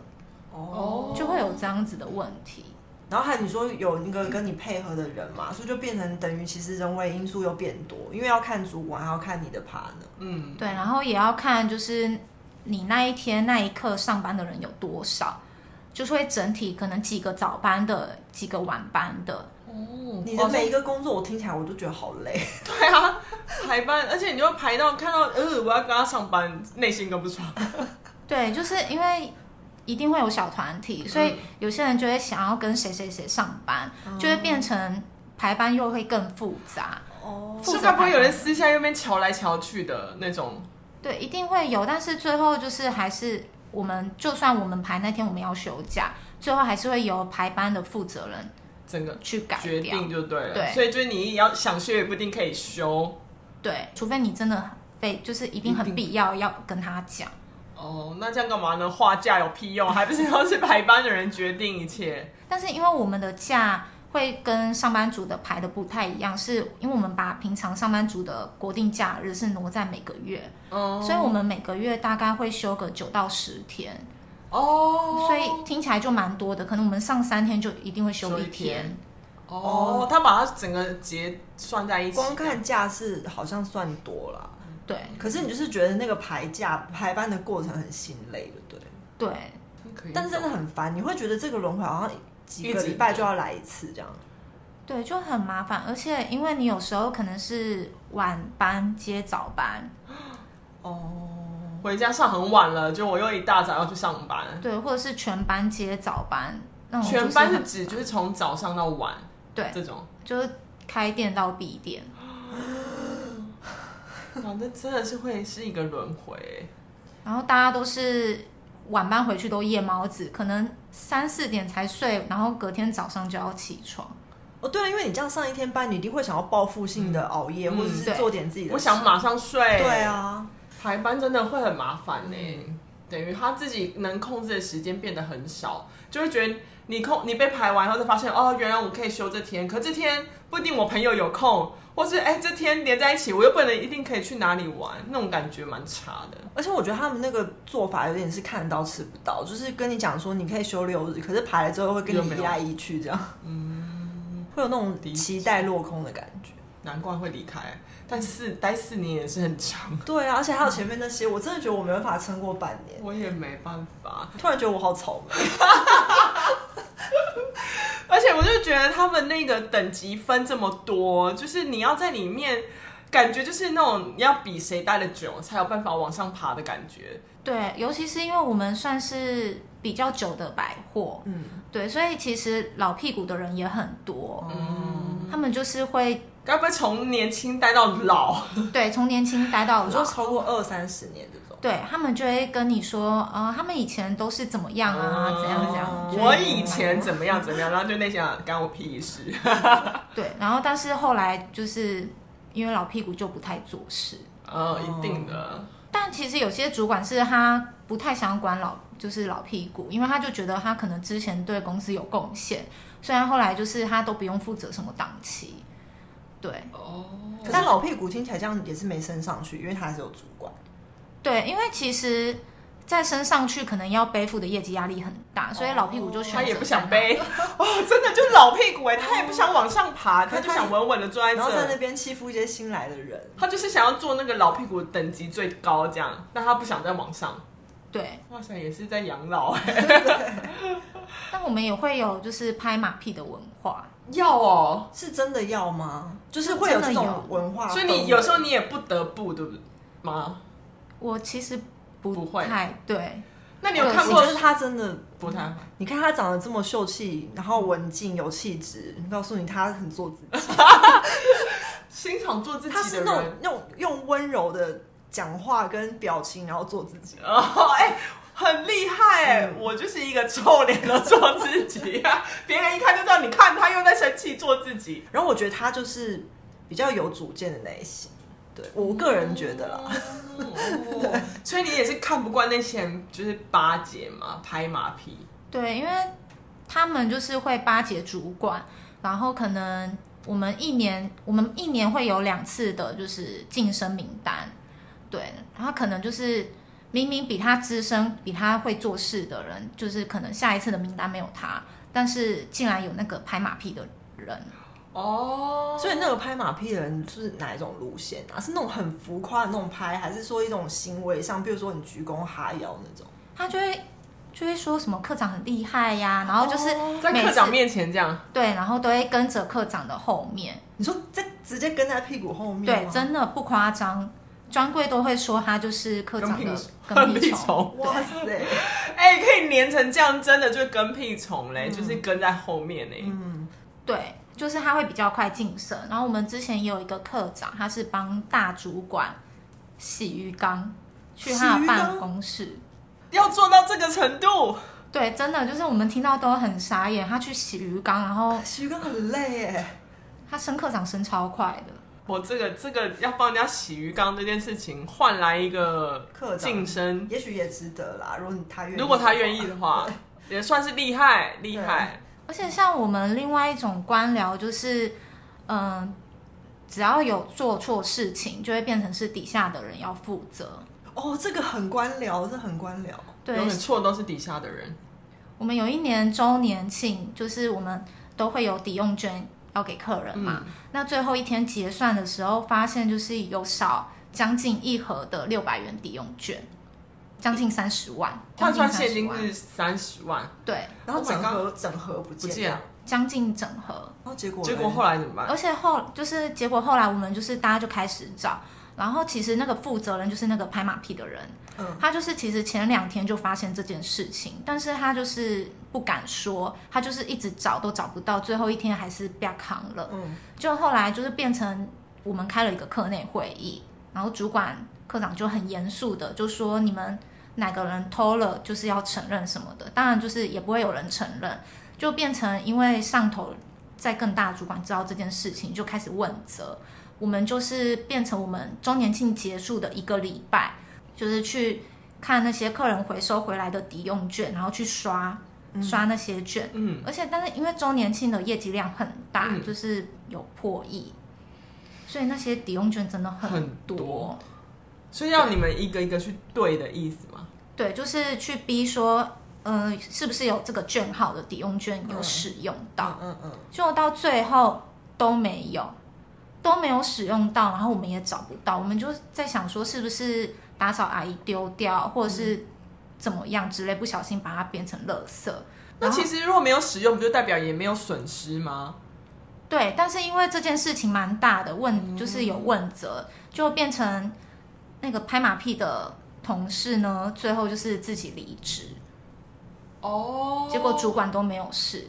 哦
哦，
就会有这样子的问题。
然后还有你说有那个跟你配合的人嘛，所以就变成等于其实人为因素又变多，因为要看主管，还要看你的 partner。
嗯，
对，然后也要看就是你那一天那一刻上班的人有多少，就是会整体可能几个早班的，几个晚班的，
哦
你的每一
个
个工作我听起来我都觉得好累，
对啊，排班，而且你就会排到看到，呃，我要跟他上班，内心更不爽。
对，就是因为一定会有小团体，所
嗯
以有些人就会想要跟谁谁谁上班，就会
哦
变成排班又会更复杂。
哦
负
是
责
该不会有
排
人
班
私下那边瞧来瞧去的那种？
对，一定会有，但是最后就是还是我们，就算我们排那天我们要休假，最后还是会由排班的负责人
整个
去改
决
掉。
定就对了，
对
所以就是你要想休也不一定可以休。
对，除非你真的非就是一定
一
很
定
必要要跟他讲。
哦，那这样干嘛呢？画假有屁用？还不是都是排班的人决定一切。
但是因为我们的假会跟上班族的排的不太一样，是因为我们把平常上班族的国定假日是挪在每个月，
嗯，
所以我们每个月大概会休个九到十天，
哦，
所以听起来就蛮多的。可能我们上三天就一定会休
休
一
一
天
天，哦，
嗯
他把他整个节算在一起，
光看假是好像算多啦，
对
可是你就是觉得那个排假排班的过程很心累，对不对？
对
可以
但是真的很烦，你会觉得这个轮回好像几个
一直
礼拜就要来一次这样。
对，就很麻烦。而且因为你有时候可能是晚班接早班，
哦，
回家上很晚了，就我又一大早要去上班。
对，或者是全班接早班，那种
全班
就是很
指就是从早上到晚
对，
这种，
就是开店到闭店。
啊，那真的是会是一个轮回。欸
然后大家都是晚班回去都夜猫子，可能三四点才睡，然后隔天早上就要起床。
哦对啊，因为你这样上一天班，你一定会想要报复性的熬夜，
嗯
或者是
对
做点自己的事。
我想马上睡。
对，啊，嗯
排班真的会很麻烦呢、欸等于他自己能控制的时间变得很少，就会觉得你空你被排完后，就发现哦，原来我可以休这天，可这天不一定我朋友有空，或是哎、这天连在一起，我又不能一定可以去哪里玩，那种感觉蛮差的。
而且我觉得他们那个做法有点是看得到吃不到，就是跟你讲说你可以休六日，可是排了之后会跟
又
你
没有
一来一去这样，嗯，会有那种期待落空的感觉。
难怪会离开，但四待四年也是很 长，
对啊，而且还有前面那些，我真的觉得我没办法撑过半年。
我也没办法。
突然觉得我好草莓，
而且我就觉得他们那个等级分这么多，就是你要在里面，感觉就是那种你要比谁待的久才有办法往上爬的感觉。
对，尤其是因为我们算是比较久的百货，
嗯，
对，所以其实老屁股的人也很多，
嗯，
他们就是会
该不会从年轻待到老？
对从年轻待到
我说
老。
超过二三十年这种，
对他们就会跟你说，呃，他们以前都是怎么样啊，怎样怎样。就
我
会
以前怎么样怎么样，然后就内心想干我屁 事。
对，然后但是后来就是因为老屁股就不太做事，
呃，一定的，
但其实有些主管是他不太想管老，就是老屁股，因为他就觉得他可能之前对公司有贡献，虽然后来就是他都不用负责什么档期，对
嗯
可是老屁股听起来这样也是没升上去，因为他还是有主管。
对，因为其实再升上去可能要背负的业绩压力很大，所以老屁股就选择
哦他也不想
在那
背。 哦，真的就是老屁股哎，他也不想往上爬，他就想稳稳的坐在
然后在
哎这
那。边欺负一些新来的人，
他就是想要做那个老屁股等级最高这样，但他不想再往上。
对，
哇塞，也是在养老哎、
但我们也会有就是拍马屁的文化，
要哦，
是真的要吗？就是
是
会有
真
这
的
种
有
文化氛
所
围，
以你有时候你也不得不，对不对？吗？
我其实不
不会
太对，
那你有看
我
过
觉？得他真的
不太
你看他长得这么秀气，然后文静有气质，告诉你他很做自
呃
己，
欣赏做自己
他
的
是那种
人，
用用温柔的讲话跟表情，然后做自己。
哦，哎、很厉害哎、我就是一个臭脸的做自己啊， 别人一看就知道，你看他又在生气做自己。
然后我觉得他就是比较有主见的那一型，对我个
嗯
人觉 得啦。
哦，所以你也是看不惯那些人，就是巴结嘛，拍马屁。
对，因为他们就是会巴结主管，然后可能我们一年我们一年会有两次的就是晋升名单，对，然后可能就是明明比他资深、比他会做事的人，就是可能下一次的名单没有他，但是竟然有那个拍马屁的人，
哦，
所以那个拍马屁的人是哪一种路线啊？是那种很浮夸的那种拍，还是说一种行为上，比如说你鞠躬哈腰那种？
他就会就会说什么课长很厉害呀、然后就是、
哦
在
每
科
次
长面前这样，
对，然后都会跟着课长的后面。
你说在直接跟在屁股后面
对，
吗
真的不夸张，专柜都会说他就是科长的
跟
跟
屁
屁
虫
虫。
哇塞，
哎、可以粘成这样，真的就跟屁虫嘞，就是跟在后面嘞。
嗯，
对，就是他会比较快晋升。然后我们之前也有一个科长，他是帮大主管洗鱼缸，去他
洗鱼缸
的办公室。
要做到这个程度，
对，真的就是我们听到都很傻眼。他去洗鱼缸，然后
徐刚很累耶。
他升科长升超快的。
我这个这个要帮人家洗鱼缸这件事情，换来一个
课长
晋升，
也许也值得啦。如果你他愿意，
如果他愿意的话， 也算是厉害厉害。
而且像我们另外一种官僚，就是嗯、只要有做错事情，就会变成是底下的人要负责。
哦，这个很官僚，这很官僚。
对，
永远错的都是底下的人。
我们有一年周年庆，就是我们都会有抵用券要给客人嘛。
嗯
那最后一天结算的时候，发现就是有少将近一盒的六百元抵用券，将近三十万，
换算现
将近
金
30万
是三十万，
对，
然后
Oh my
整合、整合不
不
见，
见
然
了。
将近整盒。
后结果
结果后
来
来怎么办？
而且后就是结果后来我们就是大家就开始找，然后其实那个负责人就是那个拍马屁的人，
嗯
他就是其实前两天就发现这件事情，但是他就是不敢说，他就是一直找都找不到，最后一天还是被他扛了，
嗯
就后来就是变成我们开了一个课内会议，然后主管科长就很严肃的就说你们哪个人偷了就是要承认什么的，当然就是也不会有人承认，就变成因为上头在更大的主管知道这件事情就开始问责，我们就是变成我们周年庆结束的一个礼拜，就是去看那些客人回收回来的抵用券，然后去刷刷那些券。
嗯，
而且，但是因为周年庆的业绩量很大，
嗯
就是有破亿，所以那些抵用券真的很
很多所以要你们一个一个去对的意思嘛。
对，就是去逼说，嗯、是不是有这个券号的抵用券有使用到？
嗯嗯嗯，
结果到最后都没有，都没有使用到，然后我们也找不到，我们就在想说是不是打扫阿姨丢掉，或者是怎么样之类，不小心把它变成垃圾。
那
然后
其实如果没有使用，不就代表也没有损失吗？
对，但是因为这件事情蛮大的，问就是有问责，就变成那个拍马屁的同事呢，最后就是自己离职，
哦
结果主管都没有事。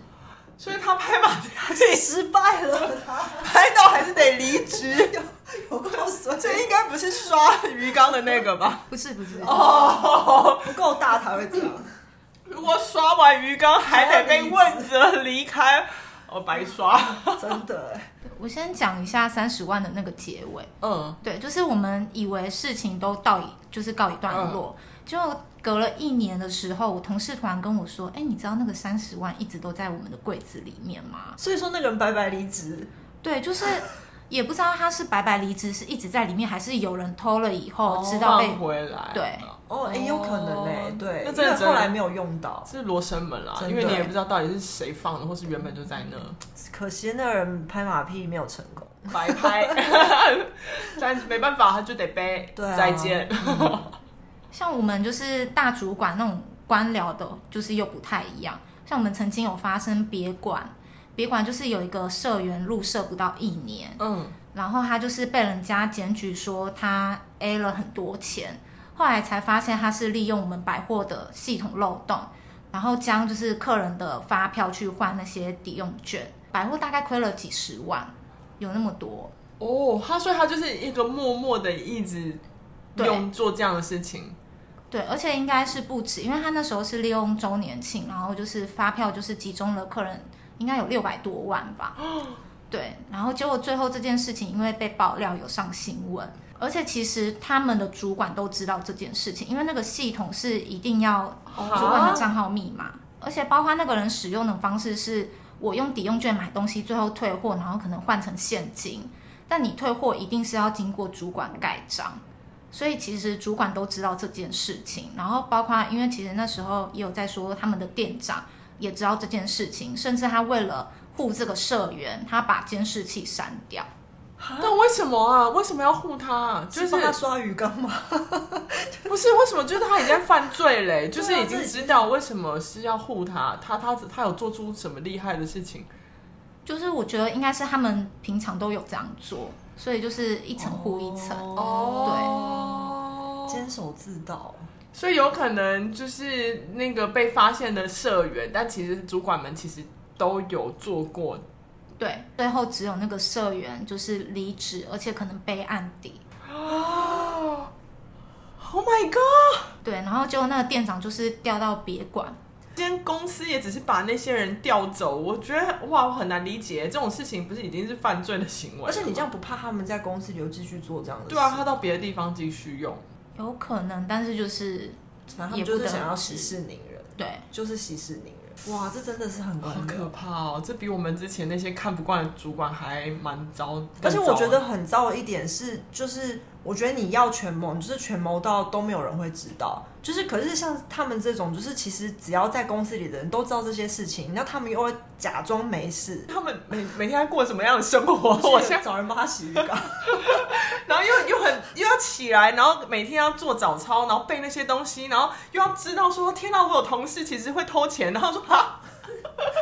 所以他拍马屁
失败了，他
拍到还是得离职，
有够衰，
这应该不是刷鱼缸的那个吧？
不是不是，
哦，
不够大才会这样。
如果刷完鱼缸还得被问责离开，哦，白刷。
真的欸耶，
我先讲一下三十万的那个结尾。
嗯，
对，就是我们以为事情都到一，就是告一段落，就隔了一年的时候，我同事突然跟我说：“哎，你知道那个三十万一直都在我们的柜子里面吗？”
所以说那个人白白离职，
对，就是也不知道他是白白离职，是一直在里面，还是有人偷了以后哦知道被
放回来，
对
哦，哎、有可能哎、对，
那
因
真
为
的
后来没有用到，
是罗生门啦，
真的
因为你也不知道到底是谁放的，或是原本就在那
可惜那个人拍马屁没有成功。
白拍，但没办法，他就得背。
对啊
再见。
像我们就是大主管那种官僚的，就是又不太一样。像我们曾经有发生别馆，别馆就是有一个社员入社不到一年，
嗯，
然后他就是被人家检举说他 A 了很多钱，后来才发现他是利用我们百货的系统漏洞，然后将就是客人的发票去换那些抵用券，百货大概亏了几十万，有那么多。
哦，他所以他就是一个默默的一直
对
用做这样的事情，
对，而且应该是不止，因为他那时候是利用周年庆，然后就是发票就是集中了客人应该有六百多万吧。对，然后结果最后这件事情因为被爆料有上新闻，而且其实他们的主管都知道这件事情，因为那个系统是一定要哦主管的账号密码，而且包括那个人使用的方式是，我用抵用券买东西，最后退货，然后可能换成现金，但你退货一定是要经过主管盖章，所以其实主管都知道这件事情，然后包括因为其实那时候也有在说他们的店长也知道这件事情，甚至他为了护这个社员，他把监视器删掉。
但为什么啊？为什么要护他、啊？就是
帮他刷鱼缸吗？
不是为什么？就是他已经在犯罪嘞、就是已
啊自
经
己
知道为什么是要护他，他他他有做出什么厉害的事情？
就是我觉得应该是他们平常都有这样做，所以就是一层护一层。
哦，对，
坚守自盗，
所以有可能就是那个被发现的社员，但其实主管们其实都有做过。
对，最后只有那个社员就是离职，而且可能被案底。
哦
Oh my god！
对，然后结果那个店长就是调到别馆。
今天公司也只是把那些人调走，我觉得哇，我很难理解这种事情，不是已经是犯罪的行为了吗？
而且你这样不怕他们在公司里又继续做这样的事？
对啊，他到别的地方继续用。
有可能，但是就是
反正他们就是想要息事宁人，
对，
就是息事宁人。哇，这真的是很
好
关
可怕哦！这比我们之前那些看不惯的主管还蛮糟。
而且我觉
更糟啊
得很糟的一点是，就是我觉得你要权谋，你就是权谋到都没有人会知道。就是可是像他们这种，就是其实只要在公司里的人都知道这些事情，那他们又会假装没事，
他们每每天在过什么样的生活？ 我现在，
找人帮他洗浴缸。
然后又又很又要起来，然后每天要做早操，然后背那些东西，然后又要知道说，天哪，我有同事其实会偷钱，然后说啊，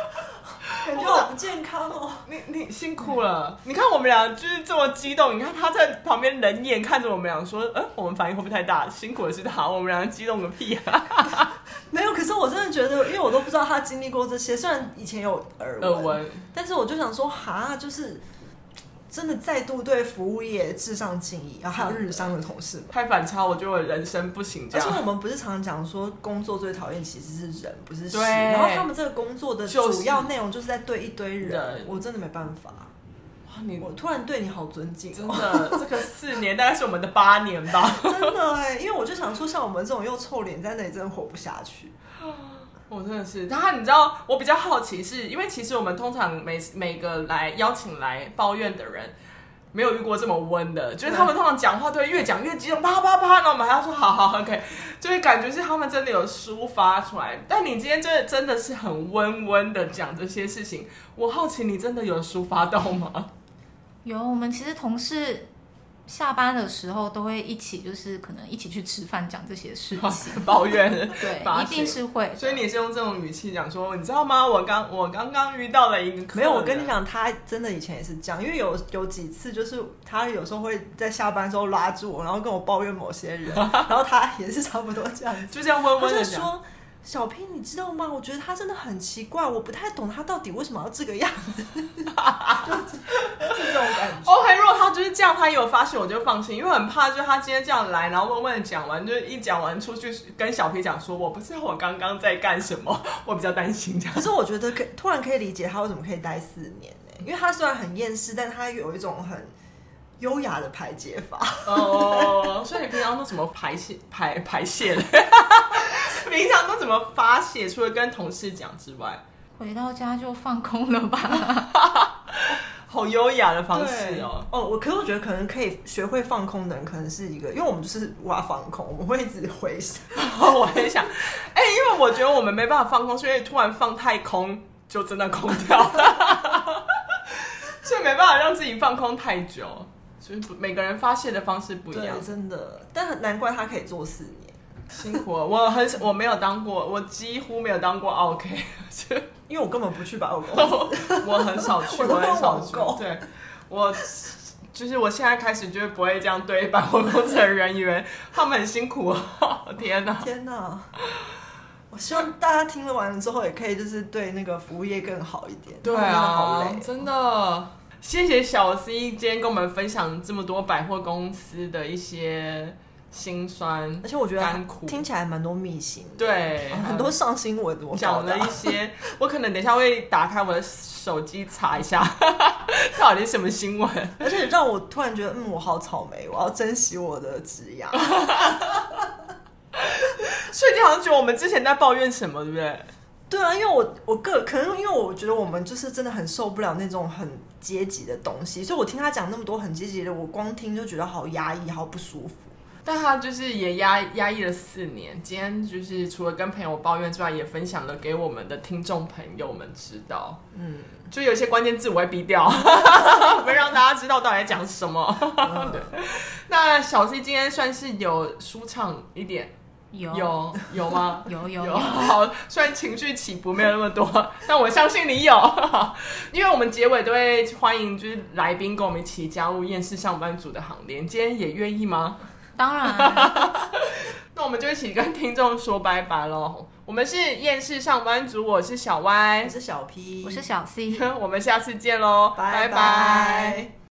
感觉好不健康哦。
你你辛苦了。你看我们俩就是这么激动，你看他在旁边冷眼看着我们俩说，嗯、我们反应会不会太大？辛苦的是他，我们俩激动个屁啊！
没有，可是我真的觉得，因为我都不知道他经历过这些，虽然以前有耳
耳闻，
但是我就想说，哈，就是真的再度对服务业至上敬意，然后还有日商的啊同事们。
太反差，我觉得我人生不行这
而且我
样。
们不是常常讲说，工作最讨厌其实是人，不是事。
对
然后他们这个工作的
就是
主要内容就是在对一堆人，嗯
人
我真的没办法。
哇你
我突然对你好尊敬
真
哦，
的，这个四年大概是我们的八年吧。
真的哎、因为我就想说，像我们这种又臭脸，在那里真的活不下去。
我真的是，然后你知道，我比较好奇是，因为其实我们通常每每个来邀请来抱怨的人，没有遇过这么温的，就是他们通常讲话都会越讲越激动，啪啪啪，然后我们还要说好好 OK，就会感觉是他们真的有抒发出来。但你今天真的真的是很温温的讲这些事情，我好奇你真的有抒发到吗？
有我们其实同事下班的时候都会一起，就是可能一起去吃饭讲这些事 情。
抱怨
对
发，
一定
泄
是会 的。
所以你是用这种语气讲说，你知道吗？我刚我刚刚遇到了一个客
没有，我
人
跟你讲，他真的以前也是这样，因为有有几次就是他有时候会在下班的时候拉住我，然后跟我抱怨某些 人，然后他也是差不多这样子。
就这样温
他
温
就
的讲。
说：“小平，你知道吗？我觉得他真的很奇怪，我不太懂他到底为什么要这个样 子，就是这种感觉。
OK，如果他就是这样，他有发现我就放心，因为很怕就是他今天这样来，然后问问讲完，就是一讲完出去跟小 P 讲说，我不知道我刚刚在干什么， 我比较担心这样
可。是我觉得可突然可以理解他为什么可以待四年呢、因为他虽然很厌世，但他有一种很优雅的排解法。
哦， 所以你平常都怎么排泄排排泄的？ 平常都怎么发泄？除了跟同事讲之外，
回到家就放空了吧？
好优雅的方式
对
哦。
哦，我可是我觉得可能可以学会放空的人，可能是一个，因为我们就是无法放空，我们会一直回想。
我很想，哎、因为我觉得我们没办法放空，所以突然放太空就真的空掉了，所以没办法让自己放空太久，所以不每个人发泄的方式不一样
对，。真的，但很难怪他可以做四年。
辛苦了，我很我没有当过，我几乎没有当过 OK，
因为我根本不去百货公司。
我很少去，
我都
我很少
网购
去。对，我就是我现在开始就是不会这样对 百货公司的人员，他们很辛苦啊！天哪，
天哪！我希望大家听了完了之后，也可以就是对那个服务业更好一点。
对
他们真的好
啊
累，。
真的。谢谢小 C 今天跟我们分享这么多百货公司的一些辛酸
而，且我觉
甘
得
苦
听起来蛮多秘辛的，
对，
很多上新闻我找
讲
的
了一些，我啊可能等一下会打开我的手机查一下， 到底是什么新闻。
而且让我突然觉得，嗯，我好草莓，我要珍惜我的职 涯。
所以你好像觉得我们之前在抱怨什么，对不对？
对啊，因为我我个可能因为我觉得我们就是真的很受不了那种很阶级的东西，所以我听他讲那么多很阶级的，我光听就觉得好压抑，好不舒服。
但他就是也压压抑了四年，今天就是除了跟朋友抱怨之外，也分享了给我们的听众朋友们知道。
嗯，
就有一些关键字我会逼掉， 不会让大家知道我到底在讲什么。
嗯
对，那小 C 今天算是有舒畅一点，
有
有有吗？
有 有
有，好，虽然情绪起伏没有那么多， 但我相信你有， 因为我们结尾都会欢迎就是来宾跟我们一起加入厌世上班族的行列。你今天也愿意吗？
当然啊
那我们就一起跟听众说拜拜喽。我们是厌世上班族，我是小歪
我，是小 P，
我是小 C。
我们下次见喽，
拜
拜拜
拜